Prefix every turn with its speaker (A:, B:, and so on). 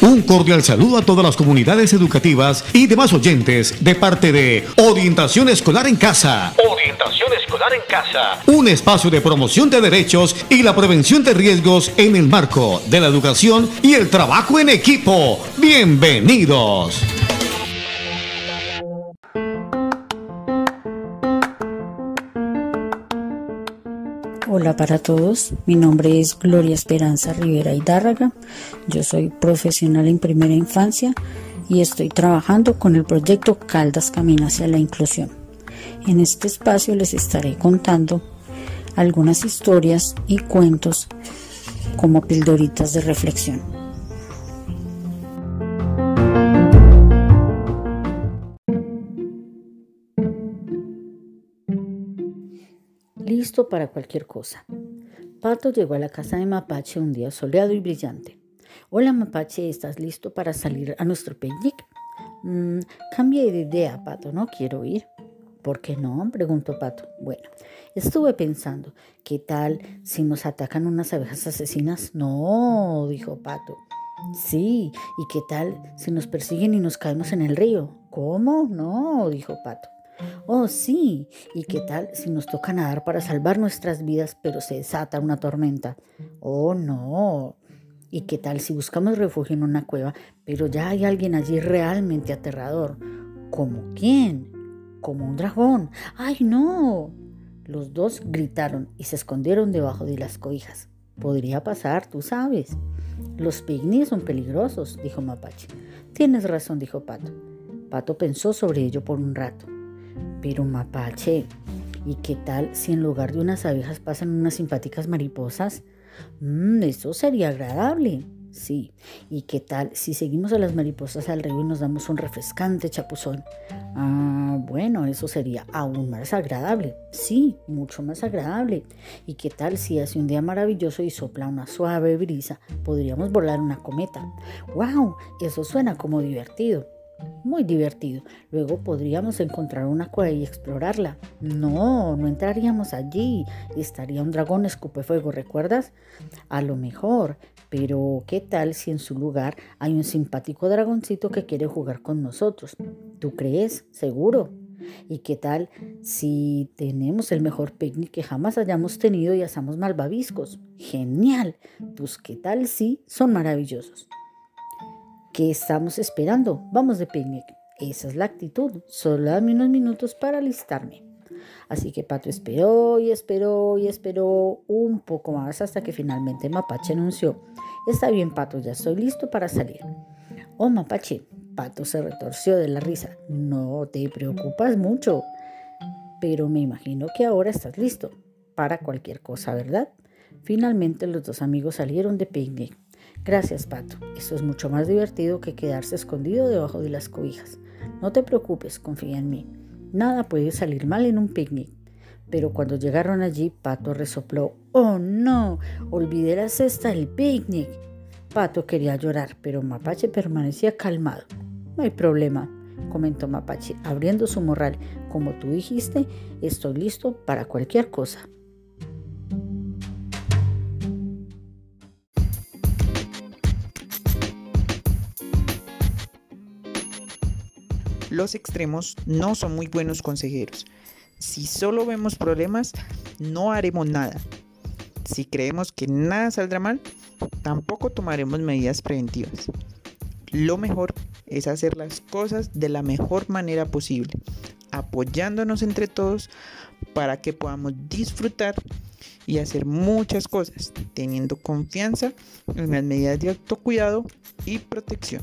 A: Un cordial saludo a todas las comunidades educativas y demás oyentes de parte de Orientación Escolar en Casa.
B: Orientación escolar en casa.
A: Un espacio de promoción de derechos y la prevención de riesgos en el marco de la educación y el trabajo en equipo. Bienvenidos.
C: Hola para todos, mi nombre es Gloria Esperanza Rivera Hidárraga, yo soy profesional en primera infancia y estoy trabajando con el proyecto Caldas Camina hacia la Inclusión. En este espacio les estaré contando algunas historias y cuentos como pildoritas de reflexión.
D: listo para cualquier cosa. Pato llegó a la casa de Mapache un día soleado y brillante. Hola Mapache, ¿estás listo para salir a nuestro picnic? Mm, cambia de idea, Pato, no quiero ir. ¿Por qué no? preguntó Pato. Bueno, estuve pensando, ¿qué tal si nos atacan unas abejas asesinas? No, dijo Pato. Sí, ¿y qué tal si nos persiguen y nos caemos en el río? ¿Cómo? No, dijo Pato. Oh, sí. ¿Y qué tal si nos toca nadar para salvar nuestras vidas, pero se desata una tormenta? Oh, no. ¿Y qué tal si buscamos refugio en una cueva, pero ya hay alguien allí realmente aterrador? ¿Como quién? Como un dragón. ¡Ay, no! Los dos gritaron y se escondieron debajo de las cobijas. Podría pasar, tú sabes. Los pignis son peligrosos, dijo Mapache. Tienes razón, dijo Pato. Pato pensó sobre ello por un rato. Pero mapache, ¿y qué tal si en lugar de unas abejas pasan unas simpáticas mariposas? Mmm, eso sería agradable. Sí, ¿y qué tal si seguimos a las mariposas al río y nos damos un refrescante chapuzón? Ah, bueno, eso sería aún más agradable. Sí, mucho más agradable. ¿Y qué tal si hace un día maravilloso y sopla una suave brisa? Podríamos volar una cometa. ¡Wow! Eso suena como divertido. Muy divertido. Luego podríamos encontrar una cueva y explorarla. No, no entraríamos allí. Estaría un dragón escupefuego, ¿recuerdas? A lo mejor. Pero, ¿qué tal si en su lugar hay un simpático dragoncito que quiere jugar con nosotros? ¿Tú crees? Seguro. ¿Y qué tal si tenemos el mejor picnic que jamás hayamos tenido y asamos malvaviscos? Genial. Pues, ¿qué tal si son maravillosos? ¿Qué estamos esperando? Vamos de picnic. Esa es la actitud. Solo dame unos minutos para alistarme. Así que Pato esperó y esperó y esperó un poco más hasta que finalmente Mapache anunció, está bien Pato, ya estoy listo para salir. Oh Mapache, Pato se retorció de la risa, no te preocupas mucho, pero me imagino que ahora estás listo para cualquier cosa, ¿verdad? Finalmente los dos amigos salieron de picnic. Gracias, Pato. Esto es mucho más divertido que quedarse escondido debajo de las cobijas. No te preocupes, confía en mí. Nada puede salir mal en un picnic. Pero cuando llegaron allí, Pato resopló. ¡Oh, no! Olvidé la cesta del picnic. Pato quería llorar, pero Mapache permanecía calmado. No hay problema, comentó Mapache, abriendo su morral. Como tú dijiste, estoy listo para cualquier cosa.
E: los extremos no son muy buenos consejeros. Si solo vemos problemas, no haremos nada. Si creemos que nada saldrá mal, tampoco tomaremos medidas preventivas. Lo mejor es hacer las cosas de la mejor manera posible, apoyándonos entre todos para que podamos disfrutar y hacer muchas cosas, teniendo confianza en las medidas de autocuidado y protección.